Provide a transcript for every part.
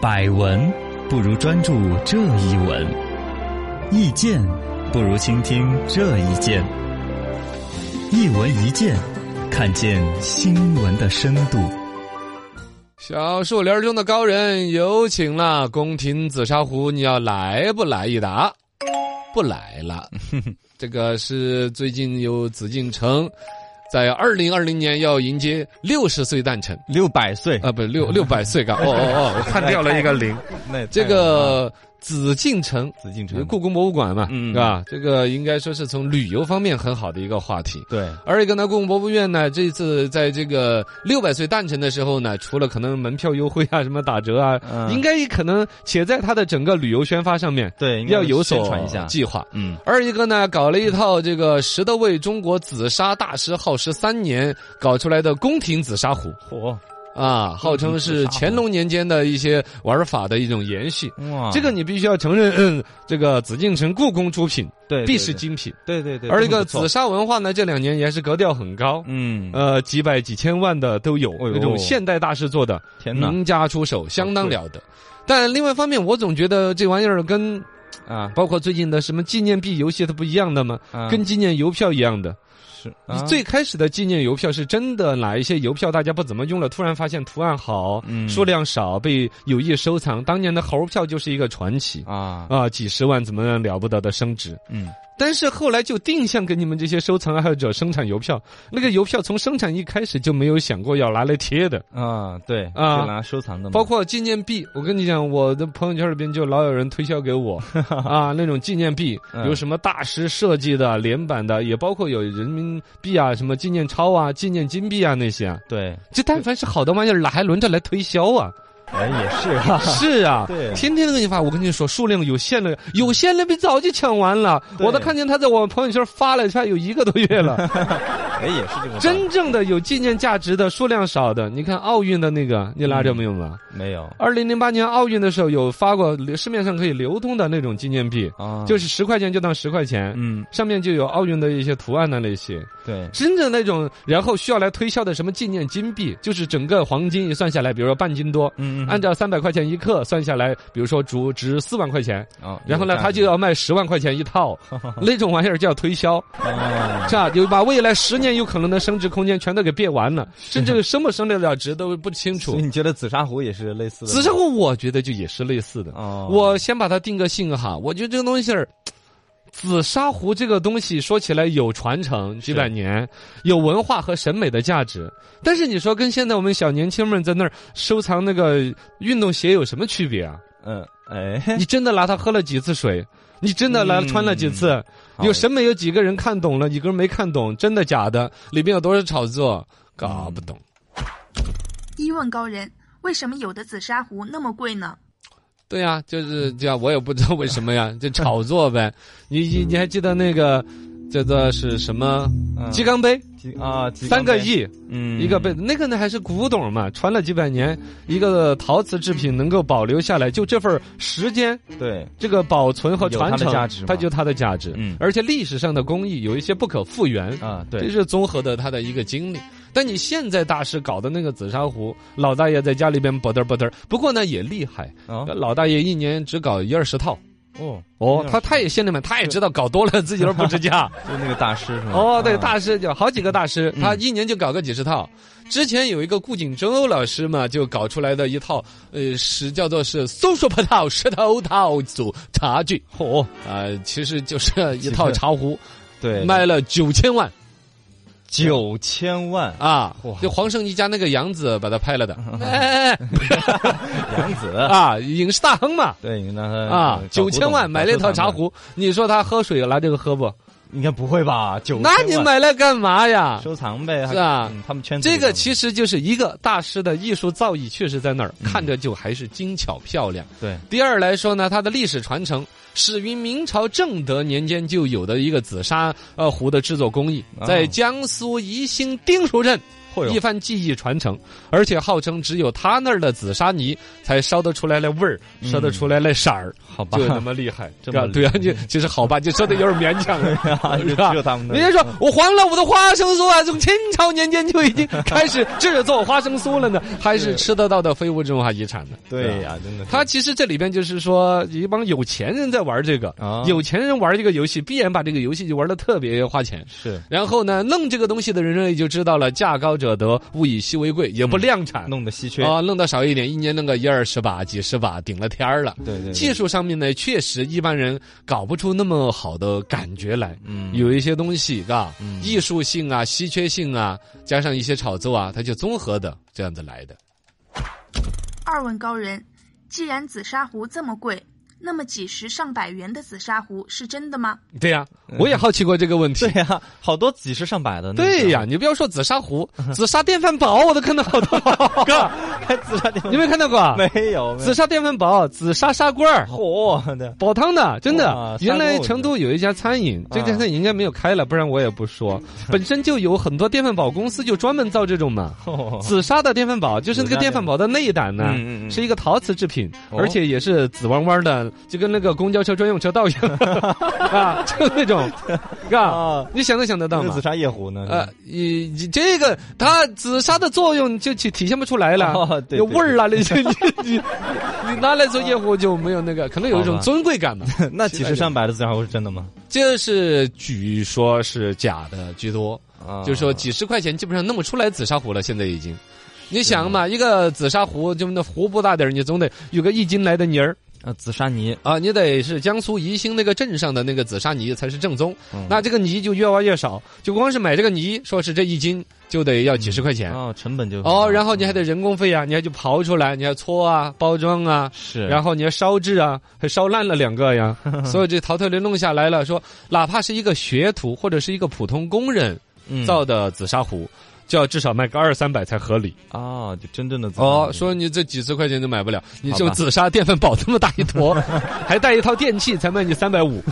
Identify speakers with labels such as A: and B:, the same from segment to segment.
A: 百闻不如专注这一闻，意见不如倾听这一见。一闻一见，看见新闻的深度。
B: 小树林中的高人，有请了！宫廷紫砂壶，你要来不来一打？ 不来了。这个是最近有紫禁城，在二零二零年要迎接六十岁诞辰
C: 六百岁，
B: 啊，不六六百岁 嘎。哦哦哦，我看掉了一个零。哎
C: 那也太
B: 这
C: 晚了
B: 个紫禁城，
C: 紫禁城，
B: 故宫博物馆嘛，
C: 嗯
B: 是吧？这个应该说是从旅游方面很好的一个话题。
C: 对，
B: 而一个呢，故宫博物院呢，这次在这个六百岁诞辰的时候呢，除了可能门票优惠啊、什么打折啊，
C: 嗯
B: 应该可能且在它的整个旅游宣发上面
C: 对，应该
B: 要有所
C: 宣传一下，
B: 计划。
C: 嗯，
B: 二一个呢，搞了一套这个石头为中国紫砂大师耗时三年搞出来的宫廷紫砂壶
C: 火
B: 啊，号称是乾隆年间的一些玩法的一种延续。
C: 哇，
B: 这个你必须要承认，嗯，这个紫禁城故宫出品
C: 对
B: 必是，精品，
C: 对对对对，
B: 而这
C: 真不
B: 个紫
C: 错，
B: 砂文化呢，这两年也是格调很高，
C: 嗯，
B: 呃，几百几千万的都有，
C: 哎呦
B: 那种现代大师做的，
C: 天哪
B: 名家出手，相当了得。但另外一方面，我总觉得这玩意儿跟
C: 啊，
B: 包括最近的什么纪念币游戏它不一样的嘛，
C: 啊
B: 跟纪念邮票一样的。
C: 是
B: 你
C: 啊
B: 最开始的纪念邮票是真的哪一些邮票大家不怎么用了，突然发现图案好，
C: 嗯
B: 数量少，被有意收藏。当年的猴票就是一个传奇。
C: 啊，
B: 啊，几十万怎么样了不得的升值？
C: 嗯，
B: 但是后来就定向给你们这些收藏爱好者生产邮票，那个邮票从生产一开始就没有想过要拿来贴的，
C: 啊，对，
B: 啊
C: 就拿收藏的嘛，
B: 包括纪念币。我跟你讲，我的朋友圈里边就老有人推销 给我啊，那种纪念币，
C: 嗯
B: 有什么大师设计的连版的，也包括有人民币啊、什么纪念钞啊、纪念金币啊那些啊。
C: 对，
B: 这但凡是好的玩意儿，哪还轮着来推 销啊？
C: 哎，也是哈，
B: 是啊，
C: 对
B: 天天都跟你发。我跟你说，数量有限了，有限了，被早就抢完了。
C: 对
B: 我都看见他在我朋友圈发了，他有一个多月了。
C: 哎，也是这个道理，
B: 真正的有纪念价值的数量少的，你看奥运的那个，你拿着没有嘛？
C: 没有
B: 二零零八年奥运的时候有发过市面上可以流通的那种纪念币，
C: 啊，
B: 就是十块钱就当十块钱。
C: 嗯，
B: 上面就有奥运的一些图案的那些，
C: 对，
B: 真正那种，然后需要来推销的什么纪念金币，就是整个黄金一算下来，比如说半斤多，
C: 嗯
B: 按照三百块钱一克算下来，比如说值值四万块钱，
C: 哦
B: 然后呢，
C: 有
B: 他
C: 价值
B: 就要卖十万块钱一 套，那种玩意儿叫推销，
C: 啊，
B: 是吧？就把未来十年有可能的升值空间全都给变完了，甚至升不升得了值都不清
C: 所
B: 楚
C: 以。你觉得紫砂壶也是类似的吗？
B: 紫砂壶我觉得就也是类似的，
C: 哦，
B: 我先把它定个性哈，我觉得这个东西儿。紫砂壶这个东西说起来有传承几百年，有文化和审美的价值，但是你说跟现在我们小年轻们在那儿收藏那个运动鞋有什么区别啊？
C: 嗯，哎，
B: 你真的拿它喝了几次水？你真的拿它穿了几次？
C: 嗯
B: 有审美有几个人看懂了？几个人没看懂？真的假的？里面有多少炒作？搞不
C: 嗯
B: 懂。
D: 一问高人，为什么有的紫砂壶那么贵呢？
B: 对呀、就是这样，我也不知道为什么 呀，就炒作呗。你你你还记得那个叫做是什么
C: 嗯
B: 鸡缸杯？
C: 几啊，几
B: 三个
C: 缸杯，
B: 亿
C: 嗯，
B: 一个杯，那个呢还是古董嘛，传了几百年，一个陶瓷制品能够保留下来，就这份儿时间
C: 对，
B: 这个保存和传
C: 有它
B: 承
C: 的价值，嘛
B: 它就它的价值。
C: 嗯
B: 而且历史上的工艺有一些不可复原，
C: 啊，
B: 这
C: 对，
B: 是综合的它的一个经历。但你现在大师搞的那个紫砂壶，老大爷在家里边啵嘚儿啵嘚儿，不过呢也厉害，
C: 哦
B: 老大爷一年只搞一二十套。
C: 哦，
B: 哦
C: 一，二
B: 他
C: 十
B: 他也心里面，他也知道搞多了自己都不 值价。
C: 就是那个大师是吗？
B: 哦，对，
C: 啊
B: 大师就好几个大师，
C: 嗯
B: 他一年就搞个几十套。之前有一个顾景舟老师嘛，就搞出来的一套，呃，是叫做是搜索葡萄石头套组茶具，
C: 嚯，
B: 啊，其实就是一套茶壶，
C: 对，
B: 卖了九千万
C: 九千万，
B: 啊
C: 哇！
B: 就黄圣依家那个杨子把他 拍了的，哎哎
C: 杨子
B: 哎啊，影视大亨嘛。
C: 对，你让他
B: 啊，九千万买了一套茶，
C: 搞古董搞收藏的
B: 壶，你说他喝水拿这个喝不？
C: 应该不会吧？九
B: 那你买来干嘛呀？
C: 收藏呗，
B: 是啊
C: 嗯他们圈子
B: 这
C: 里
B: 个
C: 的
B: 其实就是一个大师的艺术造诣确实在那儿，
C: 嗯
B: 看着就还是精巧漂亮。
C: 对，
B: 第二来说呢，它的历史传承始于明朝正德年间就有的一个紫砂呃壶的制作工艺，
C: 哦
B: 在江苏宜兴丁墅镇
C: 嚯哟
B: 一番技艺传承，而且号称只有他那儿的紫砂泥才烧得出来那味儿，烧得出来那色儿，
C: 好吧
B: 就， 那么厉害。
C: 这么
B: 是吧嗯对啊，你其实好吧，就说的有点勉强 了。
C: 就是
B: 吧
C: 只有他们
B: 人
C: 的。
B: 家
C: 嗯
B: 说我黄老五的花生酥啊，从清朝年间就已经开始制作花生酥了 呢，还是吃得到的非物质文化遗产呢。啊
C: 对呀，真的是。
B: 他其实这里边就是说，一帮有钱人在玩这个，
C: 啊
B: 有钱人玩这个游戏，必然把这个游戏就玩的特别花钱。
C: 是
B: 然后呢，弄这个东西的人呢，也就知道了，价高者得，物以稀为贵，也不量产，
C: 弄得稀缺。
B: 啊，弄得少一点，一年弄个一二十把、几十把，顶了天儿了。
C: 对对对
B: 技术上面呢，确实一般人搞不出那么好的感觉来。
C: 嗯
B: 有一些东西，嘎、
C: 嗯
B: 艺术性啊、稀缺性啊，加上一些炒作啊，它就综合的这样子来的。
D: 二问高人，既然紫砂壶这么贵，那么几十上百元的紫砂壶是真的吗？
B: 对呀、嗯我也好奇过这个问题。嗯
C: 对呀，好多几十上百的。
B: 对呀、，你不要说紫砂壶，紫砂电饭煲我都看到好多，哥，
C: 还自杀
B: 你没看到过啊？
C: 没有，
B: 紫砂电饭煲、紫砂砂锅儿。
C: 嚯的，
B: 煲汤的，真的
C: 哇。
B: 原来
C: 砂锅
B: 成都有一家餐饮，
C: 啊
B: 这家餐饮应该没有开了，不然我也不说。
C: 嗯
B: 本身就有很多电饭煲公司就专门造这种嘛。紫砂的电饭煲就是那个
C: 紫砂
B: 电饭煲的内胆呢
C: 哦嗯嗯，嗯
B: 是一个陶瓷制品，
C: 哦
B: 而且也是紫弯弯的，就跟那个公交车专用车道一 样啊，就那种，啊
C: 啊，
B: 你想都想得到
C: 那
B: 嘛
C: 紫。砂夜壶呢？
B: 呃，你你这个它紫砂的作用就体体现不出来了，
C: 哦对
B: 有
C: 对
B: 味儿了，那些 你你你拿来做夜壶就没有那个，可能有一种
C: 好吧
B: 尊贵感嘛。
C: 那几十上百的紫砂壶是真的吗？
B: 这是据说是假的居多，
C: 啊
B: 就是说几十块钱基本上弄不出来紫砂壶了，现在已经。你想嘛，一个紫砂壶，就那壶不大点儿，你总得有个一斤来的泥儿
C: 啊，紫砂泥，
B: 啊，你得是江苏宜兴那个镇上的那个紫砂泥才是正宗。
C: 嗯
B: 那这个泥就越挖越少，就光是买这个泥，说是这一斤就得要几十块钱、
C: 哦，成本就
B: 哦，然后你还得人工费啊，你还就刨出来，你还搓啊、包装啊，
C: 是，
B: 然
C: 后
B: 后你还烧制啊，还烧烂了两个 呀，所以这淘特驴弄下来了，说哪怕是一个学徒或者是一个普通工人
C: 嗯
B: 造的紫砂壶。就要至少卖个二三百才合理
C: 啊，就真正的紫砂
B: 哦
C: 壶。
B: 说你这几十块钱都买不了，你
C: 好
B: 就
C: 吧
B: 紫砂电饭煲那么大一 坨，还带一套电器，才卖你三百 五，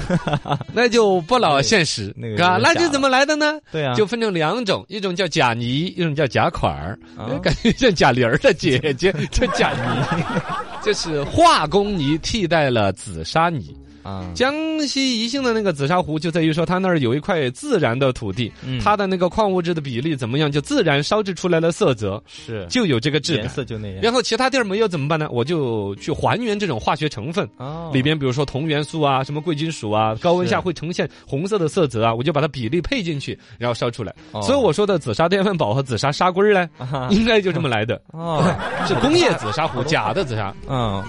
B: 那就不老现实，
C: 那个
B: 嘎
C: 有点
B: 那
C: 假
B: 就怎么来的呢？
C: 对啊，
B: 就分成两种，一种叫假泥，一种叫假款儿，
C: 啊
B: 哎 感觉像贾玲儿的姐 姐叫假泥，这是化工泥替代了紫砂泥。
C: 啊，
B: 江西宜兴的那个紫砂壶就在于说，它那儿有一块自然的土地，
C: 嗯
B: 它的那个矿物质的比例怎么样，就自然烧制出来了色泽，
C: 是
B: 就有这个质
C: 颜
B: 感。
C: 色就那样。
B: 然后其他地儿没有怎么办呢？我就去还原这种化学成分。
C: 哦
B: 里边比如说铜元素啊、什么贵金属啊，高温下
C: 是
B: 会呈现红色的色泽啊，我就把它比例配进去，然后烧出来。
C: 哦
B: 所以我说的紫砂电饭煲和紫砂砂锅儿呢，
C: 啊
B: 应该就这么来的，
C: 哦，
B: 是工业紫砂壶，假的紫砂。
C: 嗯，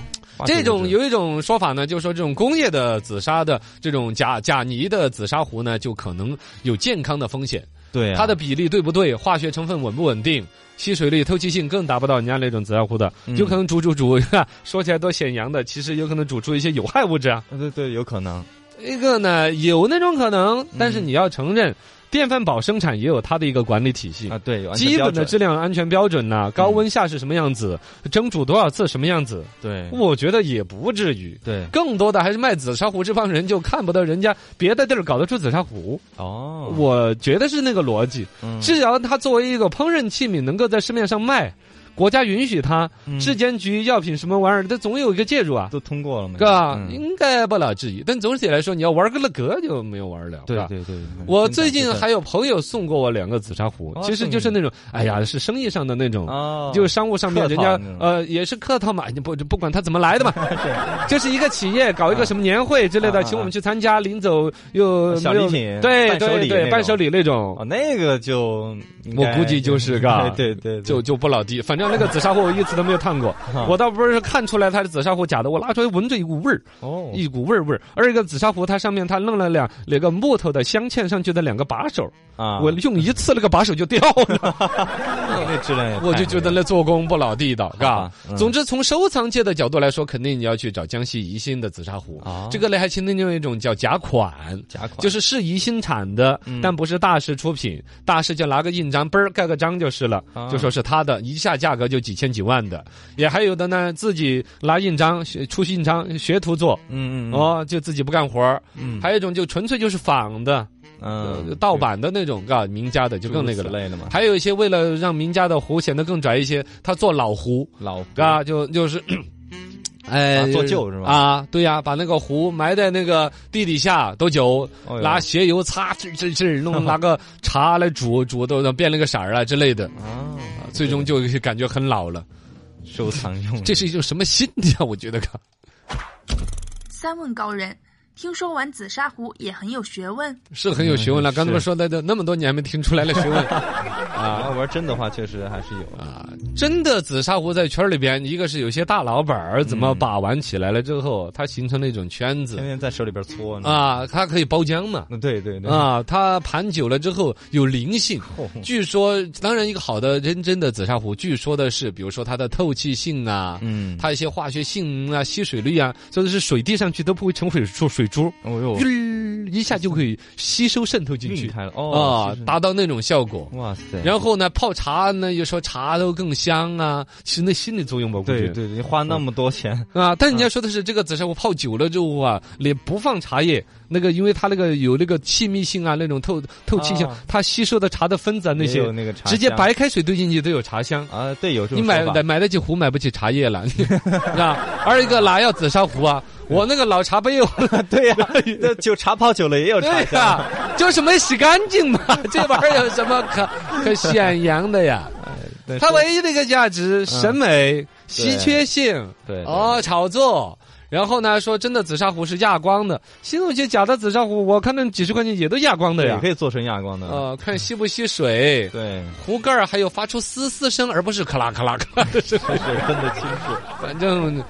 B: 这种有一种说法呢，就是说这种工业的紫砂的这种假假泥的紫砂壶呢，就可能有健康的风险，
C: 对啊
B: 它的比例对不对，化学成分稳不稳定。吸水力、透气性更达不到人家那种紫砂壶的，
C: 嗯
B: 有可能煮煮煮， 说起来多显阳的，其实有可能煮出一些有害物质啊。
C: 对对对，有可能
B: 这个呢，有那种可能，但
C: 嗯
B: 是你要承认，电饭煲生产也有它的一个管理体系。
C: 啊，对，有安全
B: 基
C: 标
B: 本的
C: 准
B: 质量安全标准呐、高温下是什么样子，蒸煮多少次什么样子，
C: 对
B: 我觉得也不至于。
C: 对
B: 更多的还是卖紫砂壶这帮人就看不到人家别的地儿搞得出紫砂壶，
C: 哦，
B: 我觉得是那个逻辑。
C: 嗯
B: 只要它作为一个烹饪器皿能够在市面上卖，国家允许它，
C: 嗯
B: 质监局、药品什么玩意儿，它总有一个介入啊。
C: 都通过了嘛，
B: 哥，
C: 嗯
B: 应该不老质疑。但总体来说，你要玩个了格就没有玩了。
C: 对
B: 是吧。
C: 对对，
B: 我最近还有朋友送过我两个紫砂壶
C: 哦，
B: 其实就是那种，哎呀，是生意上的那种，
C: 啊，
B: 就是商务上面人
C: 客套
B: 家
C: 那种
B: 呃也是客套嘛，你不不管他怎么来 的嘛，就是一个企业搞一个什么年会之类
C: 啊
B: 的，
C: 啊啊哦
B: 请我们去参加，临走又
C: 小
B: 没有
C: 礼品
B: 对
C: 伴手
B: 对
C: 礼那
B: 对，
C: 种
B: 伴手礼那种
C: 哦，，那个就应
B: 我
C: 该
B: 估计就是个
C: 对对对，啊
B: 就就不老低。反正那 个紫砂壶我一次都没有烫过，我倒不是看出来它是紫砂壶假的，我拿出来闻着一股味儿。
C: 哦
B: 一股味儿味儿。而一个紫砂壶，它上面它弄了两那个木头的镶嵌上去的两个把手，
C: 啊，
B: 我用一次那个把手就掉了，
C: 那质量也
B: 我就觉
C: 太
B: 得
C: 那个
B: 那做工不老地道，嘎
C: 吧。嗯
B: 总之，从收藏界的角度来说，肯定你要去找江西宜兴的紫砂壶
C: 哦。
B: 这个呢，还请另外一种叫假款。
C: 假款，
B: 就是是宜兴产的，
C: 嗯
B: 但不是大师出品，大师就拿个印章，嘣儿盖个章就是了，
C: 啊
B: 就说是他的，一下价格就几千几万的。也还有的呢，自己拿印章学出印章学徒做，哦
C: 嗯嗯嗯
B: 哦，就自己不干活儿，
C: 嗯
B: 还有一种就纯粹就是仿的，
C: 嗯，
B: 呃盗版的那种，嘎，名家的就更那个
C: 诸如
B: 了
C: 此。类的嘛，
B: 还有一些为了让名家的壶显得更拽一些，他做老壶，
C: 老
B: 嘎，就就是， 哎、
C: 啊嗯做旧是吧
B: 啊，对呀、把那个壶埋在那个地底下多久，
C: 哦哟
B: 拿鞋油擦，这这这，弄拿个茶来煮，煮都变了个色儿啊之类的，
C: 啊，
B: 最终就感觉很老了。
C: 收藏用的
B: 这是一种什么心理啊？我觉得 嘎，
D: 三问高人，听说玩紫砂壶也很有学问。
B: 是很有学问了。
C: 嗯
B: 刚才
C: 是
B: 们说的那那么多年还没听出来了 学问
C: 啊，
B: 啊。
C: 玩真的话确实还是有
B: 啊，真的紫砂壶在圈里边，一个是有些大老板儿怎
C: 嗯
B: 么把玩起来了之后，它形成了一种圈
C: 天
B: 子
C: 天在手里边搓呢。
B: 啊，它可以包浆嘛
C: 那对嗯对对，
B: 啊，它盘久了之后有灵性。
C: 哦
B: 据说，当然一个好的认真的紫砂壶，据说的是，比如说它的透气性啊，
C: 嗯，
B: 它一些化学性啊、吸水率啊，甚至是水滴上去都不会成水珠水珠，
C: 哦哟，
B: 晕一下就可以吸收渗透进
C: 晕
B: 去
C: 开了
B: 啊
C: 哦，嗯其，实
B: 达到那种效果。
C: 哇塞，
B: 然后呢，泡茶呢又说茶都更香啊，其实那心理作用吧，我
C: 对
B: 觉得
C: 对对，花那么多钱，
B: 啊。但
C: 嗯
B: 人家说的是这个紫砂壶泡久了之后啊，你不放茶叶，那个因为它那个有那个气密性啊，那种透透气性
C: 啊，
B: 它吸收的茶的分子啊那
C: 也有
B: 些，
C: 那个茶
B: 直接
C: 香
B: 白开水兑进去都有茶香。
C: 啊，对，有这
B: 你
C: 种
B: 买
C: 说法
B: 买得起壶，买不起茶叶了， 啊！二一个哪要紫砂壶啊？我那个老茶杯，我
C: 对 呀，那酒茶泡久了也有
B: 对
C: 茶
B: 呀、
C: 香。
B: 就是没洗干净嘛，这玩意儿有什么可可显扬 的呀？
C: 但是
B: 它唯一的一个价值，
C: 嗯
B: 审美、稀缺性，
C: 对对
B: 哦，炒作。然后呢，说真的，紫砂壶是亚光的，新东西假的紫砂壶，我看那几十块钱也都亚光的
C: 对也
B: 呀
C: 可。以做成亚光的，
B: 呃，看吸不吸水，
C: 对，
B: 壶盖儿还有发出嘶嘶声，而不是咔啦咔 啦咔啦的
C: 是
B: 声。
C: 分得清 楚。
B: 反正，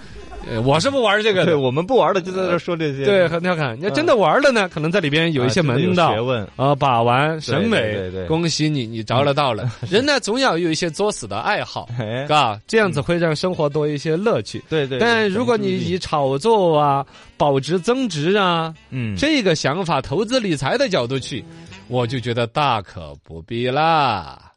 B: 呃，我是不玩这个
C: 对
B: 的。
C: 我们不玩的就在这说这些，
B: 对，很调侃。你要真的玩了呢，可能在里边有一些
C: 啊真的
B: 门道
C: 有学问。
B: 啊，把玩审美，
C: 对对对
B: 恭喜你，你着了道 了。人呢，总要有一些作死的爱好，
C: 哎，
B: 嘎，这样子会让生活多一些乐趣。
C: 对对。
B: 但如果你以
C: 一
B: 炒作啊、保值增值啊
C: 嗯
B: 这个想法、投资理财的角度去，我就觉得大可不必啦。